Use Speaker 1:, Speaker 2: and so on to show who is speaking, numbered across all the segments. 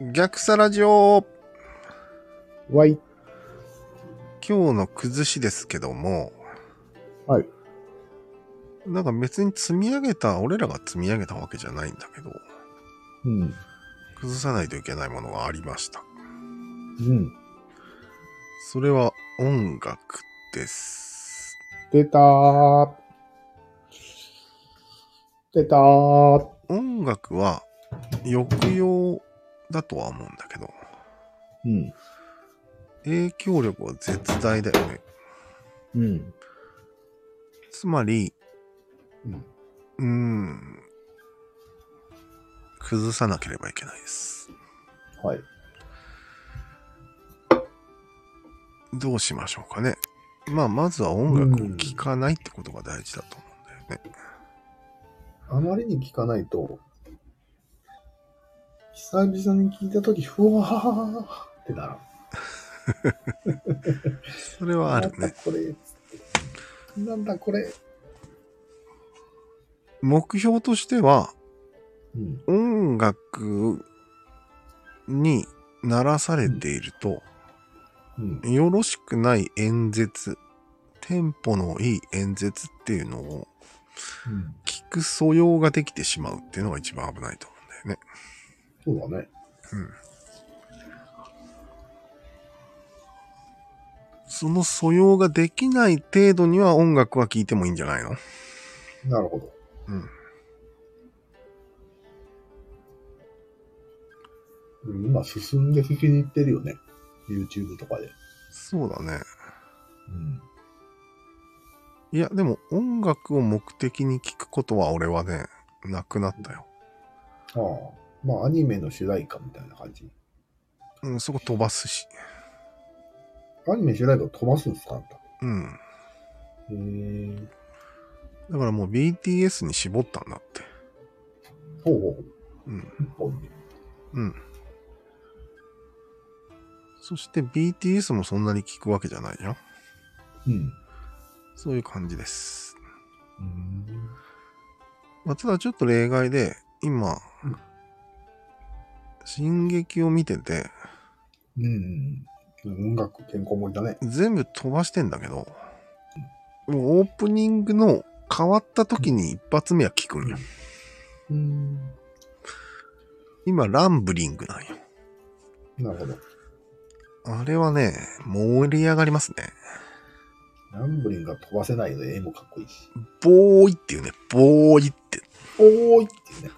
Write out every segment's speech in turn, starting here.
Speaker 1: 逆さラジオ
Speaker 2: わい。
Speaker 1: 今日の崩しですけども、
Speaker 2: はい。
Speaker 1: なんか別に積み上げた、俺らが積み上げたわけじゃないんだけど、
Speaker 2: うん。
Speaker 1: 崩さないといけないものがありました。
Speaker 2: うん。
Speaker 1: それは音楽です。
Speaker 2: 出たー。出たー。
Speaker 1: 音楽は抑揚だとは思うんだけど、
Speaker 2: うん。
Speaker 1: 影響力は絶大だよね。
Speaker 2: うん。
Speaker 1: つまり、
Speaker 2: うん
Speaker 1: うーん、崩さなければいけないです。
Speaker 2: はい。
Speaker 1: どうしましょうかね。まあ、まずは音楽を聴かないってことが大事だと思うんだよね。
Speaker 2: あまりに聞かないと、久々に聞いたとき、ふわーってなる。
Speaker 1: それはある
Speaker 2: なん
Speaker 1: ね
Speaker 2: だ。これ。なんだこれ。
Speaker 1: 目標としては、
Speaker 2: うん。
Speaker 1: 音楽に鳴らされていると、
Speaker 2: うん。
Speaker 1: よろしくない演説、テンポのいい演説っていうのを
Speaker 2: うん。
Speaker 1: 聞く素養ができてしまうっていうのが一番危ないと思うんだよね。
Speaker 2: そうだね。
Speaker 1: その素養ができない程度には音楽は聴いてもいいんじゃないの
Speaker 2: なるほど。
Speaker 1: うん。
Speaker 2: うん今、進んで聞きに行ってるよね。YouTube とかで。
Speaker 1: そうだね。
Speaker 2: うん。
Speaker 1: いや、でも音楽を目的に聴くことは俺はね、なくなったよ。
Speaker 2: ああ。まあ、アニメの主題歌みたいな感じ。
Speaker 1: うん、そこ飛ばすし。
Speaker 2: アニメ主題歌飛ばすんですかあんた。へ
Speaker 1: うん。
Speaker 2: え。
Speaker 1: だからもう BTS に絞ったんだって。
Speaker 2: ほうほう。
Speaker 1: うん。
Speaker 2: 一本で。
Speaker 1: うん。そして BTS もそんなに聴くわけじゃないじゃん。
Speaker 2: うん。
Speaker 1: そういう感じです。
Speaker 2: うん。
Speaker 1: まあ、ただちょっと例外で、今、
Speaker 2: うん
Speaker 1: 進撃を見てて、
Speaker 2: うん。音楽健康盛りだね。
Speaker 1: 全部飛ばしてんだけど、もうオープニングの変わった時に一発目は聞くんよ。
Speaker 2: うん。
Speaker 1: 今、ランブリングなんよ。
Speaker 2: なるほど。
Speaker 1: あれはね、盛り上がりますね。
Speaker 2: ランブリンが飛ばせないので、絵もかっこいいし。
Speaker 1: ボーイっていうね、ボーイって。
Speaker 2: おーいっていうね。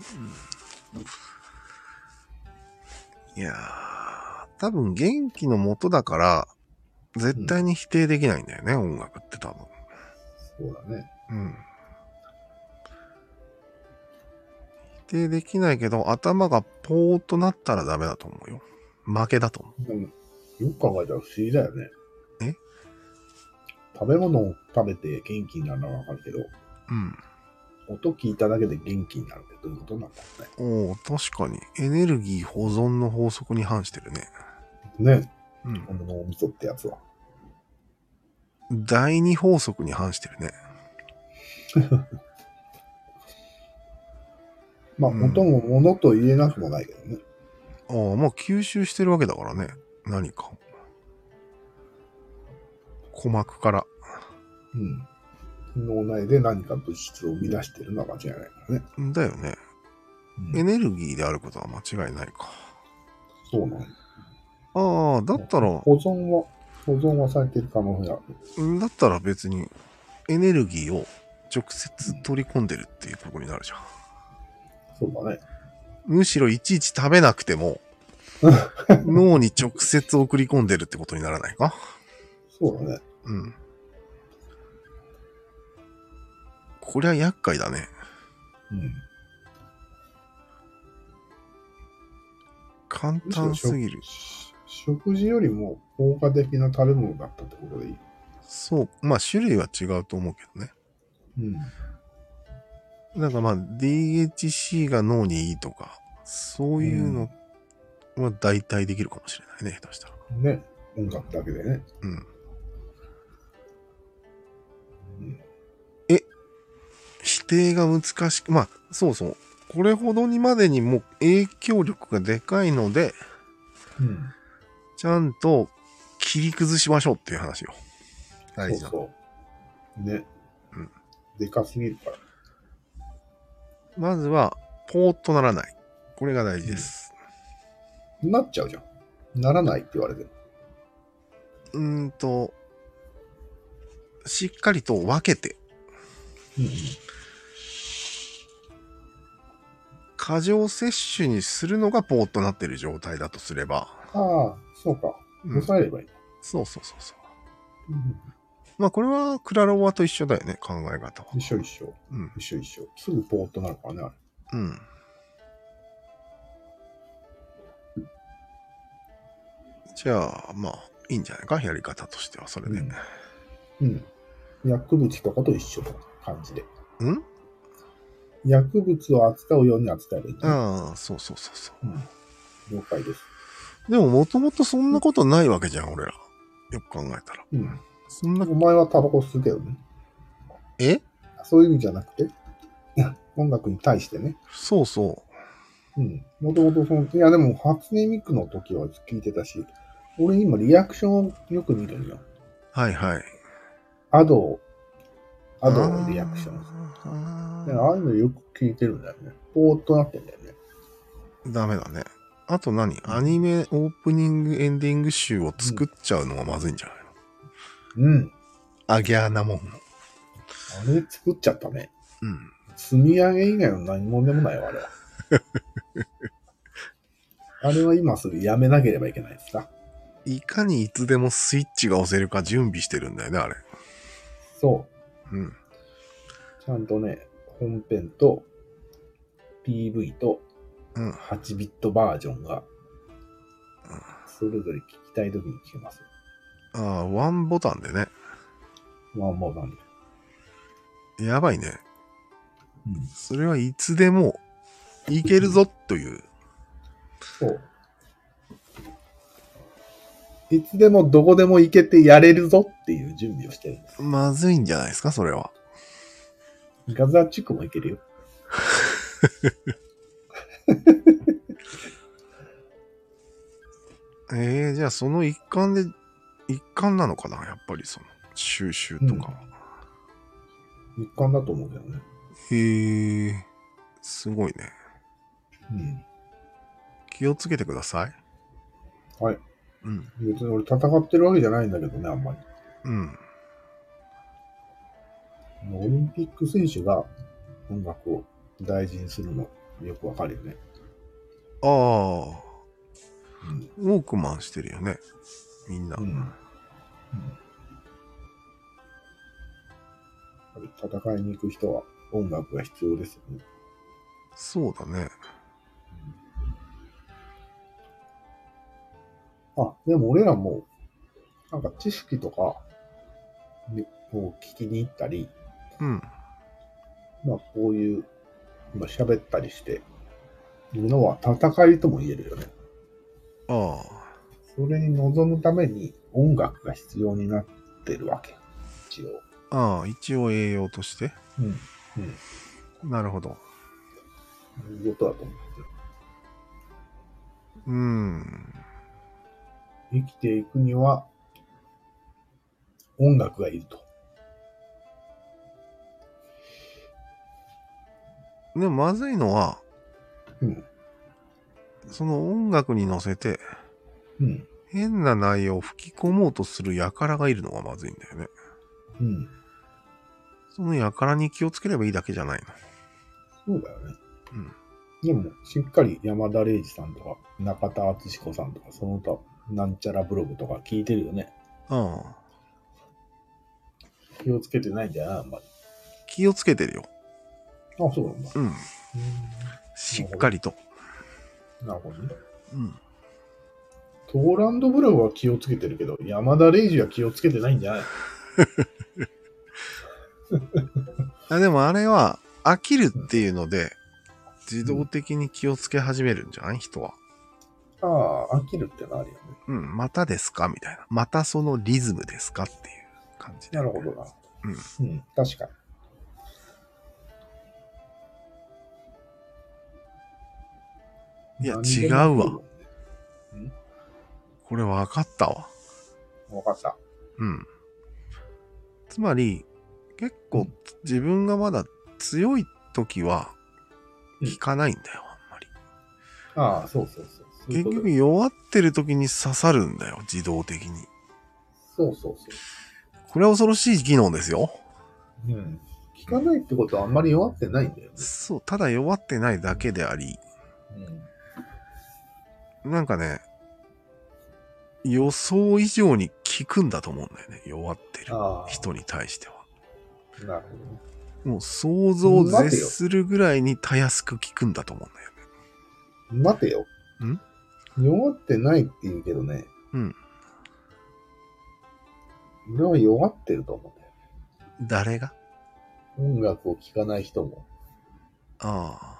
Speaker 1: いやー、多分元気の元だから、絶対に否定できないんだよね、音楽って多分。
Speaker 2: そうだね。
Speaker 1: うん。否定できないけど、頭がポーっとなったらダメだと思うよ。負けだと思う。
Speaker 2: うん。よく考えたら不思議だよね。
Speaker 1: え
Speaker 2: 食べ物を食べて元気になるのはわかるけど、
Speaker 1: うん。
Speaker 2: 音聞いただけで元気になるってどういうことなんだろ
Speaker 1: おお確かに。エネルギー保存の法則に反してるね。
Speaker 2: うね。ね。
Speaker 1: うん。
Speaker 2: この脳みそってやつは。
Speaker 1: 第二法則に反してるね。
Speaker 2: まあ、
Speaker 1: うん
Speaker 2: 音も物と言えなくもないけどね。
Speaker 1: ああ、まあ吸収してるわけだからね。何かを。鼓膜から。
Speaker 2: うん。脳内で何か物質を生み出してるのは間違いないからね。
Speaker 1: だよね。エネルギーであることは間違いないか。
Speaker 2: そうなの。
Speaker 1: ああ、だったら、
Speaker 2: 保存は、保存はされてる可能性ある。
Speaker 1: うんだったら別にエネルギーを直接取り込んでるっていうことになるじゃん。
Speaker 2: そうだね。
Speaker 1: むしろいちいち食べなくても、脳に直接送り込んでるってことにならないか
Speaker 2: そうだね。
Speaker 1: うん。こりゃ厄介だね。
Speaker 2: うん。
Speaker 1: 簡単すぎる。
Speaker 2: し食事よりも効果的な食べ物だったってことでいい。
Speaker 1: そう。まあ種類は違うと思うけどね。
Speaker 2: うん。
Speaker 1: なんかまあ DHC が脳にいいとか、そういうのは代替できるかもしれないね、下手したら。
Speaker 2: ね。音楽だけでね。
Speaker 1: うん。
Speaker 2: うん。
Speaker 1: 否定が難しく、まあ、そうそう。これほどにまでにもう影響力がでかいので、
Speaker 2: うん。
Speaker 1: ちゃんと切り崩しましょうっていう話よ。大事な。
Speaker 2: そうそう。ね。
Speaker 1: うん
Speaker 2: でかすぎるから。
Speaker 1: まずは、ポーっとならない。これが大事です。
Speaker 2: なっちゃうじゃん。ならないって言われてる。
Speaker 1: うーんと、しっかりと分けて、
Speaker 2: うん。
Speaker 1: 過剰摂取にするのがポーっとなってる状態だとすれば、
Speaker 2: ああ、そうか。
Speaker 1: うんそう
Speaker 2: 抑えればいい。
Speaker 1: そうそうそう。
Speaker 2: うん
Speaker 1: まあこれはクラロワと一緒だよね、考え方は。
Speaker 2: 一緒一緒。
Speaker 1: うん。
Speaker 2: 一緒一緒。すぐポーっとなるからね、あれ。
Speaker 1: うん。じゃあ、まあ、いいんじゃないか、やり方としては、それで。
Speaker 2: うん。薬物とかと一緒の感じで。
Speaker 1: うん
Speaker 2: 薬物を扱うように扱えばいい、ね。
Speaker 1: ああ、そうそうそうそ
Speaker 2: 了解です。
Speaker 1: う。でも、もともとそんなことないわけじゃん、俺ら。よく考えたら。
Speaker 2: うん。
Speaker 1: そんな、
Speaker 2: お前はタバコ吸うけどね。
Speaker 1: え
Speaker 2: そういう意味じゃなくて、 いや音楽に対してね。
Speaker 1: そうそう。
Speaker 2: うん。もともとその、いやでも、初音ミクの時は聞いてたし、俺今リアクションをよく見るのよ。
Speaker 1: はいはい。
Speaker 2: アド、アドのリアクション。
Speaker 1: ン
Speaker 2: だからああいうのよく聞いてるんだよね。ぼーっとなってんだよね。
Speaker 1: ダメだね。あと何アニメオープニングエンディング集を作っちゃうのはまずいんじゃないの、
Speaker 2: うん。
Speaker 1: あげあなもんの。
Speaker 2: あれ作っちゃったね。
Speaker 1: うん。
Speaker 2: 積み上げ以外の何もでもないわ、あれは。あれは今すぐやめなければいけないですか。
Speaker 1: いかにいつでもスイッチが押せるか準備してるんだよね、あれ。
Speaker 2: そう。
Speaker 1: うん。
Speaker 2: ちゃんとね、本編と PV と
Speaker 1: うん
Speaker 2: 8ビットバージョンが、それぞれ聞きたいときに聞けます。
Speaker 1: ああ、ワンボタンでね。
Speaker 2: まあまあまあね。
Speaker 1: やばいね。
Speaker 2: うん。
Speaker 1: それはいつでもいけるぞという。
Speaker 2: そう。いつでもどこでも行けてやれるぞっていう準備をしてるんです。
Speaker 1: まずいんじゃないですか、それは。
Speaker 2: ガザ地区も行けるよ。
Speaker 1: ええじゃあその一環で、一環なのかな、やっぱりその収集とかは。
Speaker 2: 日韓だと思うけどね。
Speaker 1: へえ、すごいね。
Speaker 2: うん。
Speaker 1: 気をつけてください。
Speaker 2: はい。
Speaker 1: うん。
Speaker 2: 別に俺戦ってるわけじゃないんだけどね、あんまり。
Speaker 1: うん。
Speaker 2: オリンピック選手が音楽を大事にするのよくわかるよね。
Speaker 1: ああ、
Speaker 2: うん。
Speaker 1: ウォークマンしてるよね。みんな。
Speaker 2: うんやっぱり戦いに行く人は音楽が必要ですよね。
Speaker 1: そうだね。
Speaker 2: あ、でも俺らも、なんか知識とか、ね、こう聞きに行ったり、
Speaker 1: うん。
Speaker 2: まあこういう、まあ喋ったりして、いうのは戦いとも言えるよね。
Speaker 1: ああ。
Speaker 2: それに臨むために音楽が必要になってるわけ。一応。
Speaker 1: ああ、一応栄養として。
Speaker 2: うん。
Speaker 1: なるほど。
Speaker 2: いうことだと思うんですよ。
Speaker 1: うん。
Speaker 2: 生きていくには音楽がいると。
Speaker 1: でもまずいのは、
Speaker 2: うん。
Speaker 1: その音楽に乗せて
Speaker 2: うん。
Speaker 1: 変な内容を吹き込もうとする輩がいるのがまずいんだよね。
Speaker 2: うん。
Speaker 1: その輩に気をつければいいだけじゃないの。
Speaker 2: そうだよね。
Speaker 1: うん。
Speaker 2: でも、しっかり山田礼二さんとか、中田敦彦さんとか、その他、なんちゃらブログとか聞いてるよね。
Speaker 1: ああ。
Speaker 2: 気をつけてないんだよな、あんまり。
Speaker 1: 気をつけてるよ。
Speaker 2: あ、そうなんだ。
Speaker 1: うん。しっかりと。
Speaker 2: なるほどね。
Speaker 1: うん。
Speaker 2: トーランドブログは気をつけてるけど、山田礼二は気をつけてないんじゃない
Speaker 1: あでもあれは飽きるっていうので、自動的に気をつけ始めるんじゃない人は。
Speaker 2: ああ、飽きるってのあるよね。
Speaker 1: うん。またですかみたいな。またそのリズムですかっていう感じで。
Speaker 2: なるほどな。
Speaker 1: う
Speaker 2: うん、確かに。
Speaker 1: いや、
Speaker 2: 何
Speaker 1: 違
Speaker 2: でも
Speaker 1: うわ。これ分かったわ。
Speaker 2: わかった。
Speaker 1: うん。つまり、結構自分がまだ強い時は
Speaker 2: うん
Speaker 1: 効かないんだよ、あんまり。
Speaker 2: ああ、そうそうそう。そうい
Speaker 1: 結
Speaker 2: うこと
Speaker 1: 局弱ってる時に刺さるんだよ、自動的に。
Speaker 2: そうそうそう。
Speaker 1: これは恐ろしい技能ですよ。
Speaker 2: うん。聞かないってことはあんまり弱ってないんだよね。
Speaker 1: そう、ただ弱ってないだけであり、なんかね、予想以上に効くんだと思うんだよね、弱ってる
Speaker 2: ああ、
Speaker 1: 人に対しては。
Speaker 2: なるほどね。
Speaker 1: もう想像を
Speaker 2: 待て
Speaker 1: 絶
Speaker 2: よ
Speaker 1: するぐらいにたやすく効くんだと思うんだよね。
Speaker 2: 待てよ。
Speaker 1: ん
Speaker 2: 弱ってないって言うけどね。
Speaker 1: うん。
Speaker 2: 俺は弱ってると思うんだよ。
Speaker 1: 誰が
Speaker 2: 音楽を聴かない人も。
Speaker 1: ああ。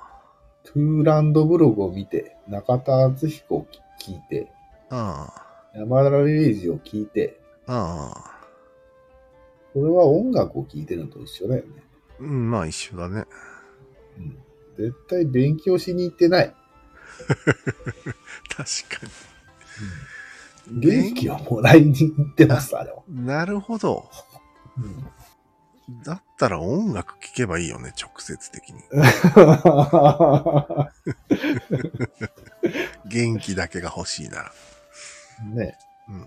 Speaker 2: トゥーランドブログを見て、中田敦彦を聞いて、
Speaker 1: あ
Speaker 2: 山田レイジを聞いて、
Speaker 1: あ、ああ、
Speaker 2: これは音楽を聴いてるのと一緒だよね。
Speaker 1: うん、まあ一緒だね。
Speaker 2: うん。絶対勉強しに行ってない。
Speaker 1: 確か
Speaker 2: 元気をもらいに行ってます、あれは。
Speaker 1: に。なるほど。
Speaker 2: うん。
Speaker 1: だったら音楽聴けばいいよね、直接的に。元気だけが欲しいなら。
Speaker 2: ね
Speaker 1: うん。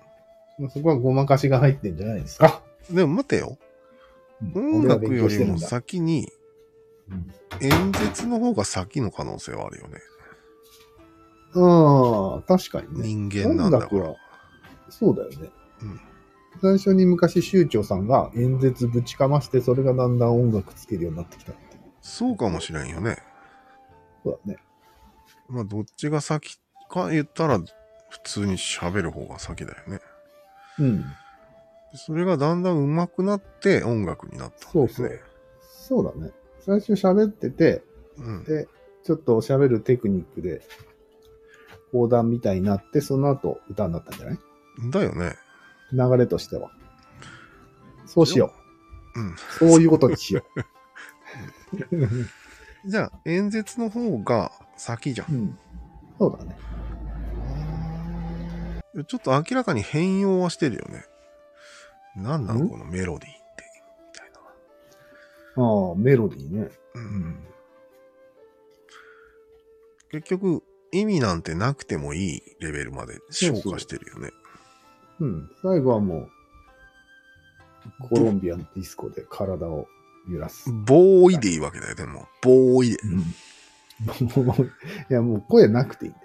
Speaker 2: まあそこはごまかしが入ってんじゃないですか。
Speaker 1: でも待てよ。音楽よりも
Speaker 2: さ、
Speaker 1: 先に
Speaker 2: うん
Speaker 1: 演説の方が先の可能性はあるよね。
Speaker 2: ああ、確かにね。
Speaker 1: 人間な
Speaker 2: 音
Speaker 1: んだか
Speaker 2: 楽
Speaker 1: ら
Speaker 2: は。、そうだよね。
Speaker 1: うん
Speaker 2: 最初に昔、州長さんが演説ぶちかまして、それがだんだん音楽つけるようになってきたっていう。
Speaker 1: そうかもしれんよね。
Speaker 2: そうだね。
Speaker 1: まあどっちが先か言ったら普通に喋る方が先だよね。
Speaker 2: うん。
Speaker 1: それがだんだん上手くなって音楽になったんだよね。
Speaker 2: そうそうそうだね。最初喋ってて、
Speaker 1: うん。
Speaker 2: で、ちょっと喋るテクニックで、講談みたいになって、その後歌になったんじゃない
Speaker 1: だよね。
Speaker 2: 流れとしては。そうしよ
Speaker 1: うん。
Speaker 2: う。そういうことにしよう。
Speaker 1: じゃあ、演説の方が先じゃ。
Speaker 2: うんん。そうだね。
Speaker 1: ちょっと明らかに変容はしてるよね。なんなの
Speaker 2: ん
Speaker 1: このメロディーって。みたいな。
Speaker 2: ああ、メロディーね。
Speaker 1: うん。結局、意味なんてなくてもいいレベルまで消化してるよね。
Speaker 2: うん。最後はもう、コロンビアンディスコで体を揺らす。
Speaker 1: ボーイでいいわけだよね、もう。ボーイで。
Speaker 2: もういや、もう声なくていいん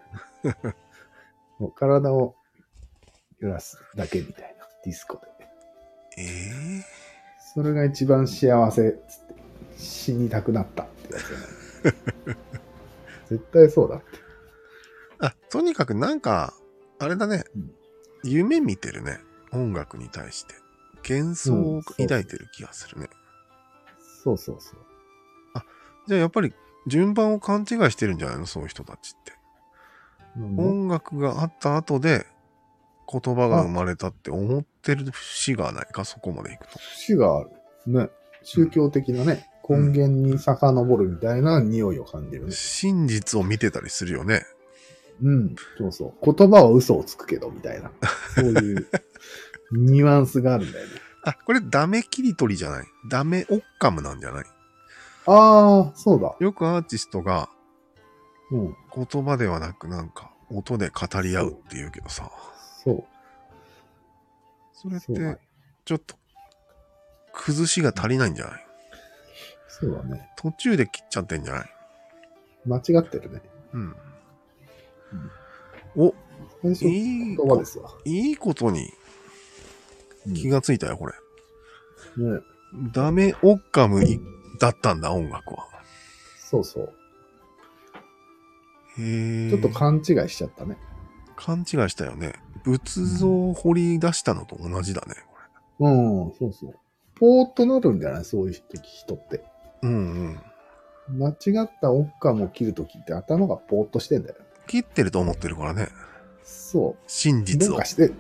Speaker 2: だよね。 もう体を揺らすだけみたいな、ディスコで。
Speaker 1: え
Speaker 2: それが一番幸せっつって、死にたくなったってやつじゃない。 絶対そうだって。
Speaker 1: えあ、とにかくなんか、あれだね
Speaker 2: うん。
Speaker 1: 夢見てるね。音楽に対して。幻想
Speaker 2: う
Speaker 1: を
Speaker 2: んそう
Speaker 1: 抱いてる気がするね。
Speaker 2: そうそうそう。
Speaker 1: じゃあやっぱり順番を勘違いしてるんじゃないのそういう人たちって。音楽があった後で言葉が生まれたって思ってる節がないか、そこまでいくと。
Speaker 2: 節がある。ね。宗教的なね、
Speaker 1: うん
Speaker 2: 根源に遡るみたいな匂いを感じるね。
Speaker 1: 真実を見てたりするよね。
Speaker 2: うん。そうそう。言葉は嘘をつくけど、みたいな。そういうニュアンスがあるんだよね。
Speaker 1: あ、これダメ切り取りじゃない。ダメオッカムなんじゃない
Speaker 2: ああ、そうだ。
Speaker 1: よくアーティストが
Speaker 2: うん。
Speaker 1: 言葉ではなくなんか音で語り合うっていうけどさ、
Speaker 2: そう。
Speaker 1: それっ
Speaker 2: そうだ
Speaker 1: てちょっと崩しが足りないんじゃない
Speaker 2: そうだね。
Speaker 1: 途中で切っちゃってんじゃない
Speaker 2: 間違ってるね。
Speaker 1: うん。お、
Speaker 2: 最初、
Speaker 1: いい
Speaker 2: 言葉ですわ。
Speaker 1: いいことに
Speaker 2: うん
Speaker 1: 気がついたよ、これ。
Speaker 2: ね。
Speaker 1: ダメオッカムいだったんだ、音楽は。
Speaker 2: そうそう。
Speaker 1: へえ。
Speaker 2: ちょっと勘違いしちゃったね。
Speaker 1: 勘違いしたよね。仏像を掘り出したのと同じだね、こ
Speaker 2: うん、そうそう。ぽーっとなるんじゃないそういう時人って。
Speaker 1: れ。うんうん。
Speaker 2: 間違ったオッカムを切る時って頭がぽーっとしてんだよ。
Speaker 1: 切ってると思ってるからね。
Speaker 2: そう。
Speaker 1: 真実
Speaker 2: どう
Speaker 1: を
Speaker 2: か。して、ど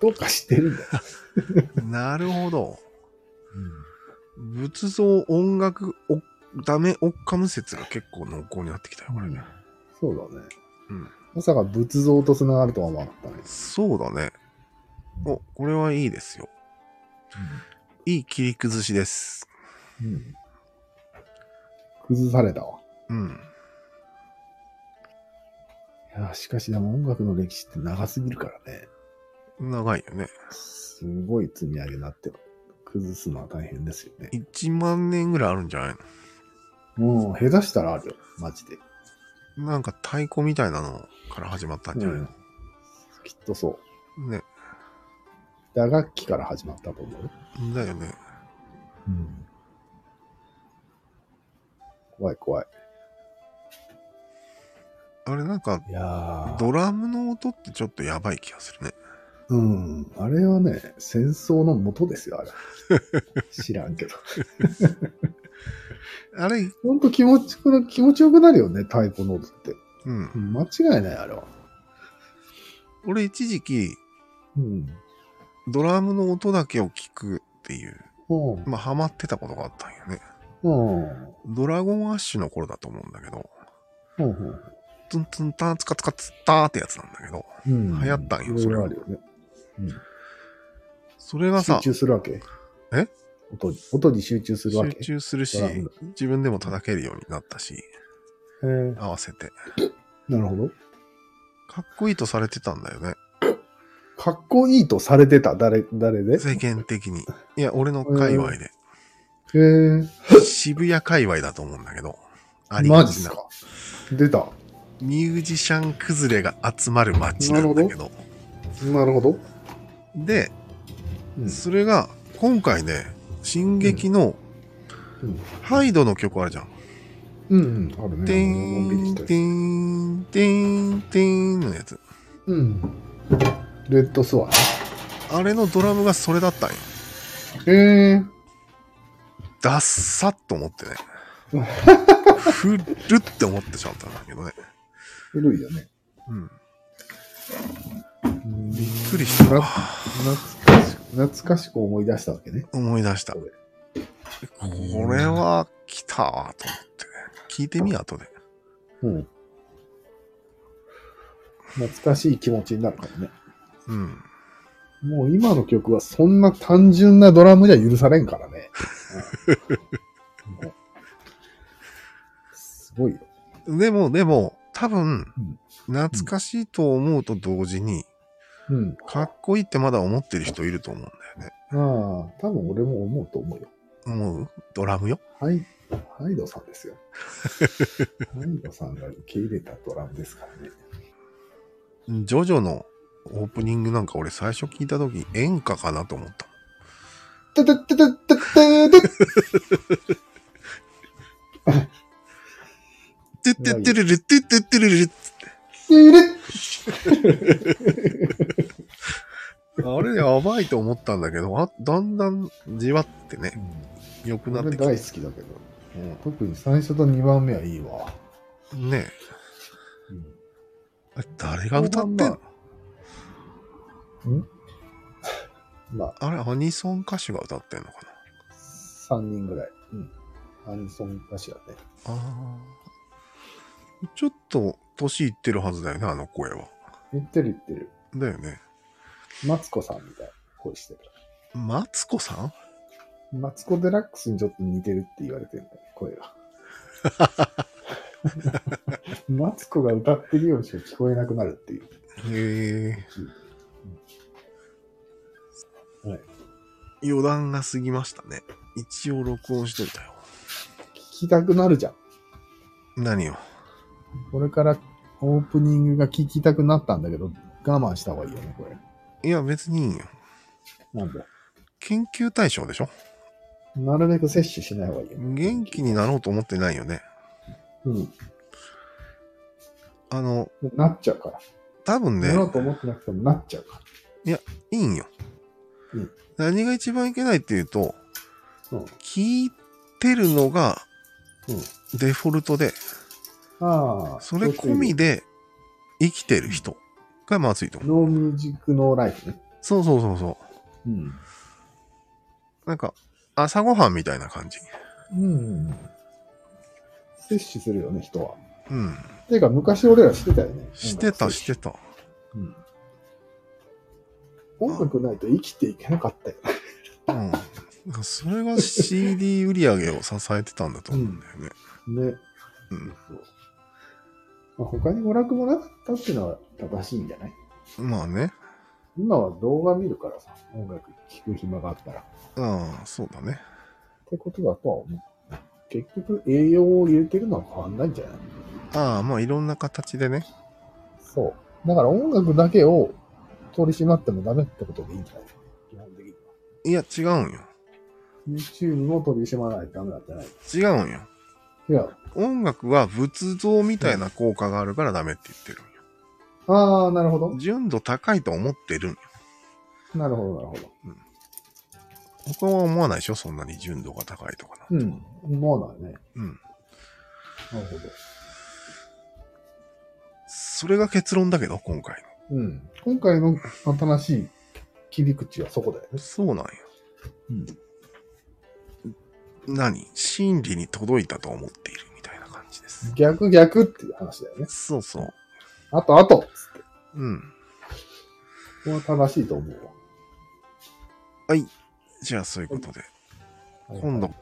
Speaker 2: どうかしてるんだよ。
Speaker 1: なるほど。仏像音楽おダメオッカム説が結構濃厚になってきたよ、これね。
Speaker 2: そうだね。
Speaker 1: うん
Speaker 2: まさか仏像と繋がるとは思わなかったね。
Speaker 1: そうだね。お、これはいいですよ。いい切り崩しです。
Speaker 2: うん。崩されたわ。
Speaker 1: うん。
Speaker 2: いや、しかしでも音楽の歴史って長すぎるからね。
Speaker 1: 長いよね。
Speaker 2: すごい積み上げになってる。崩すのは大変ですよね。
Speaker 1: 1万年ぐらいあるんじゃない
Speaker 2: もう下手したらあるよ。マジで。
Speaker 1: のなんか太鼓みたいなのから始まったんじゃないの、
Speaker 2: きっとそう。
Speaker 1: ね。
Speaker 2: 打楽器から始まったと思う。
Speaker 1: だよね。
Speaker 2: 怖い怖い。
Speaker 1: あれなんか、
Speaker 2: いやー
Speaker 1: ドラムの音ってちょっとやばい気がするね。
Speaker 2: うん。あれはね、戦争の元ですよ、あれ。 知らんけど。
Speaker 1: あれ、
Speaker 2: ほんと気持ち、これ気持ちよくなるよね、太鼓の音って。
Speaker 1: うん。
Speaker 2: 間違いない、あれは。
Speaker 1: 俺一時期、
Speaker 2: うん。
Speaker 1: ドラムの音だけを聞くっていう、
Speaker 2: うん。
Speaker 1: まあ、ハマってたことがあったんよね。
Speaker 2: うん。
Speaker 1: ドラゴンアッシュの頃だと思うんだけど、
Speaker 2: うん。
Speaker 1: ツンツンタンツカツカツッターってやつなんだけど、
Speaker 2: うん
Speaker 1: 流行ったんよ
Speaker 2: い
Speaker 1: そ
Speaker 2: ろい
Speaker 1: れ
Speaker 2: ろ
Speaker 1: は
Speaker 2: あるよね。
Speaker 1: それが
Speaker 2: 集
Speaker 1: さ、
Speaker 2: 中するわけ。
Speaker 1: え
Speaker 2: 音に、音に集中するわ
Speaker 1: 集
Speaker 2: け。
Speaker 1: 中するし
Speaker 2: ドラム、
Speaker 1: 自分でも叩けるようになったし、
Speaker 2: へー
Speaker 1: 合わせて。
Speaker 2: なるほど。
Speaker 1: かっこいいとされてたんだよね。
Speaker 2: かっこいいとされてた、誰、誰で
Speaker 1: 世間的に。いや、俺の界隈で。
Speaker 2: へえ。
Speaker 1: 渋谷界隈だと思うんだけど。ありが
Speaker 2: マジっ
Speaker 1: ち
Speaker 2: す
Speaker 1: な。
Speaker 2: か。出た。
Speaker 1: ミュージシャン崩れが集まる街なんだけど。
Speaker 2: なるほど。
Speaker 1: で、
Speaker 2: うん
Speaker 1: それが、今回ね、進撃の
Speaker 2: うん、
Speaker 1: ハイドの曲あるじゃん。
Speaker 2: うん、あるね。
Speaker 1: て
Speaker 2: のんびり
Speaker 1: ー
Speaker 2: し
Speaker 1: ん、
Speaker 2: たやつ
Speaker 1: てーん、てーん、てーんのやつ。
Speaker 2: うん。レッドスワン。
Speaker 1: あれのドラムがそれだったんよ。
Speaker 2: ええ
Speaker 1: ダッサッと思ってね。ふるって思ってしまったんだけどね。
Speaker 2: 古いよね。
Speaker 1: うん。
Speaker 2: うん
Speaker 1: びっくりした
Speaker 2: な
Speaker 1: わ。
Speaker 2: 懐かしく、懐かしく思い出したわけね。
Speaker 1: 思い出した。
Speaker 2: こ
Speaker 1: これは来たわと思って。聞いてみ、後で。
Speaker 2: うん。懐かしい気持ちになるからね。
Speaker 1: うん。
Speaker 2: もう今の曲はそんな単純なドラムじゃ許されんか らね。うんもうすごいよ。
Speaker 1: でも、でも、多分
Speaker 2: うん、
Speaker 1: 懐かしいと思うと同時に、
Speaker 2: うん。
Speaker 1: かっこいいってまだ思ってる人いると思うんだよね。
Speaker 2: ああ、多分俺も思うと思うよ。
Speaker 1: 思うドラムよ。
Speaker 2: はい、ハイドさん ですよ。ハイドさんが受け入れたドラムですからね。
Speaker 1: ジョジョのオープニングなんか俺最初聞いた時演歌かなと思った。
Speaker 2: ててててててて
Speaker 1: てってってるるてってってるる
Speaker 2: てれ
Speaker 1: あれやばいと思ったんだけど、あだんだんじわってね、良くなって
Speaker 2: 俺
Speaker 1: き
Speaker 2: 大
Speaker 1: て。
Speaker 2: 好きだけど、
Speaker 1: うん
Speaker 2: 特に最初と2番目はいいわ。
Speaker 1: ねえ。あれ誰が歌ってん
Speaker 2: まあ
Speaker 1: の
Speaker 2: まあ、
Speaker 1: あれ、アニソン歌手が歌ってんのかな
Speaker 2: 3人ぐらい。うん。アニソン歌手だね。
Speaker 1: ああ。ちょっと、年いってるはずだよね、あの声は。
Speaker 2: 言ってる言ってる。
Speaker 1: だよね。
Speaker 2: マツコさんみたいな声してる。
Speaker 1: マツコさん
Speaker 2: マツコデラックスにちょっと似てるって言われてるんだよ、声 が。マツコが歌ってるようにしか聞こえなくなるってい
Speaker 1: へ
Speaker 2: う。
Speaker 1: え。
Speaker 2: はい
Speaker 1: 余談が過ぎましたね。一応録音しといたよ。
Speaker 2: 聞きたくなるじゃん。
Speaker 1: 何を
Speaker 2: これからオープニングが聞きたくなったんだけど、我慢した方がいいよね、これ。
Speaker 1: いや、別にいいよ。
Speaker 2: なんで。
Speaker 1: 研究対象でしょ
Speaker 2: なるべく摂取しない方がいいよね。
Speaker 1: 元気になろうと思ってないよね。
Speaker 2: うん。
Speaker 1: あの、
Speaker 2: なっちゃうから。
Speaker 1: 多分ね
Speaker 2: な、ろうと思ってなくてもなっちゃうか
Speaker 1: いいんよ。
Speaker 2: うん
Speaker 1: 何が一番いけないっていうと、
Speaker 2: ら。うん。
Speaker 1: 聞いてるのが
Speaker 2: うん。
Speaker 1: デフォルトで、
Speaker 2: ああ。
Speaker 1: それ込みで生きてる人がまずいと思う。
Speaker 2: ノーミュージックノーライフね。
Speaker 1: そうそうそうそ
Speaker 2: うん。
Speaker 1: う。なんか、朝ごはんみたいな感じ。
Speaker 2: うん。摂取するよね、人は。
Speaker 1: うん。
Speaker 2: ていうか、昔俺らしてたよね。
Speaker 1: してた、し
Speaker 2: して
Speaker 1: てた。
Speaker 2: うん。音楽ないと生きていけなかったよ。
Speaker 1: うん。なんかそれが CD 売り上げを支えてたんだと思うんだよね。
Speaker 2: ね。
Speaker 1: うん。
Speaker 2: まあ、他に娯楽もなかったっていうのは正しいんじゃない
Speaker 1: まあね。
Speaker 2: 今は動画見るからさ、音楽聴く暇があったら。っ
Speaker 1: ああ、そうだね。
Speaker 2: てことだとは思う。結局、栄養を入れてるのは変わんないんじゃない
Speaker 1: ああ、まあいろんな形でね。
Speaker 2: そう。だから音楽だけを取り締まってもダメってことでいいんじゃない基本的には。
Speaker 1: いや、違うんよ。
Speaker 2: YouTube も取り締まらないとダメなんじゃない
Speaker 1: 違うんよ。
Speaker 2: いや、
Speaker 1: 音楽は仏像みたいな効果があるからダメって言ってるんよ。
Speaker 2: ああ、なるほど。
Speaker 1: 純度高いと思ってるんよ。
Speaker 2: なるほど、なるほど。
Speaker 1: 他は思わないでしょそんなに純度が高いとかな。
Speaker 2: うん。思わないね。
Speaker 1: うん。
Speaker 2: なるほど。
Speaker 1: それが結論だけど、今回
Speaker 2: うん。今回の新しい切り口はそこだよね
Speaker 1: の。。そうなんよ。
Speaker 2: うん。
Speaker 1: 何真理に届いたと思っているみたいな感じです。
Speaker 2: 逆逆っていう話だよね。
Speaker 1: そうそう。
Speaker 2: あとあと
Speaker 1: うん。
Speaker 2: これは正しいと思うわ。
Speaker 1: はい。じゃあ、そういうことで。今度。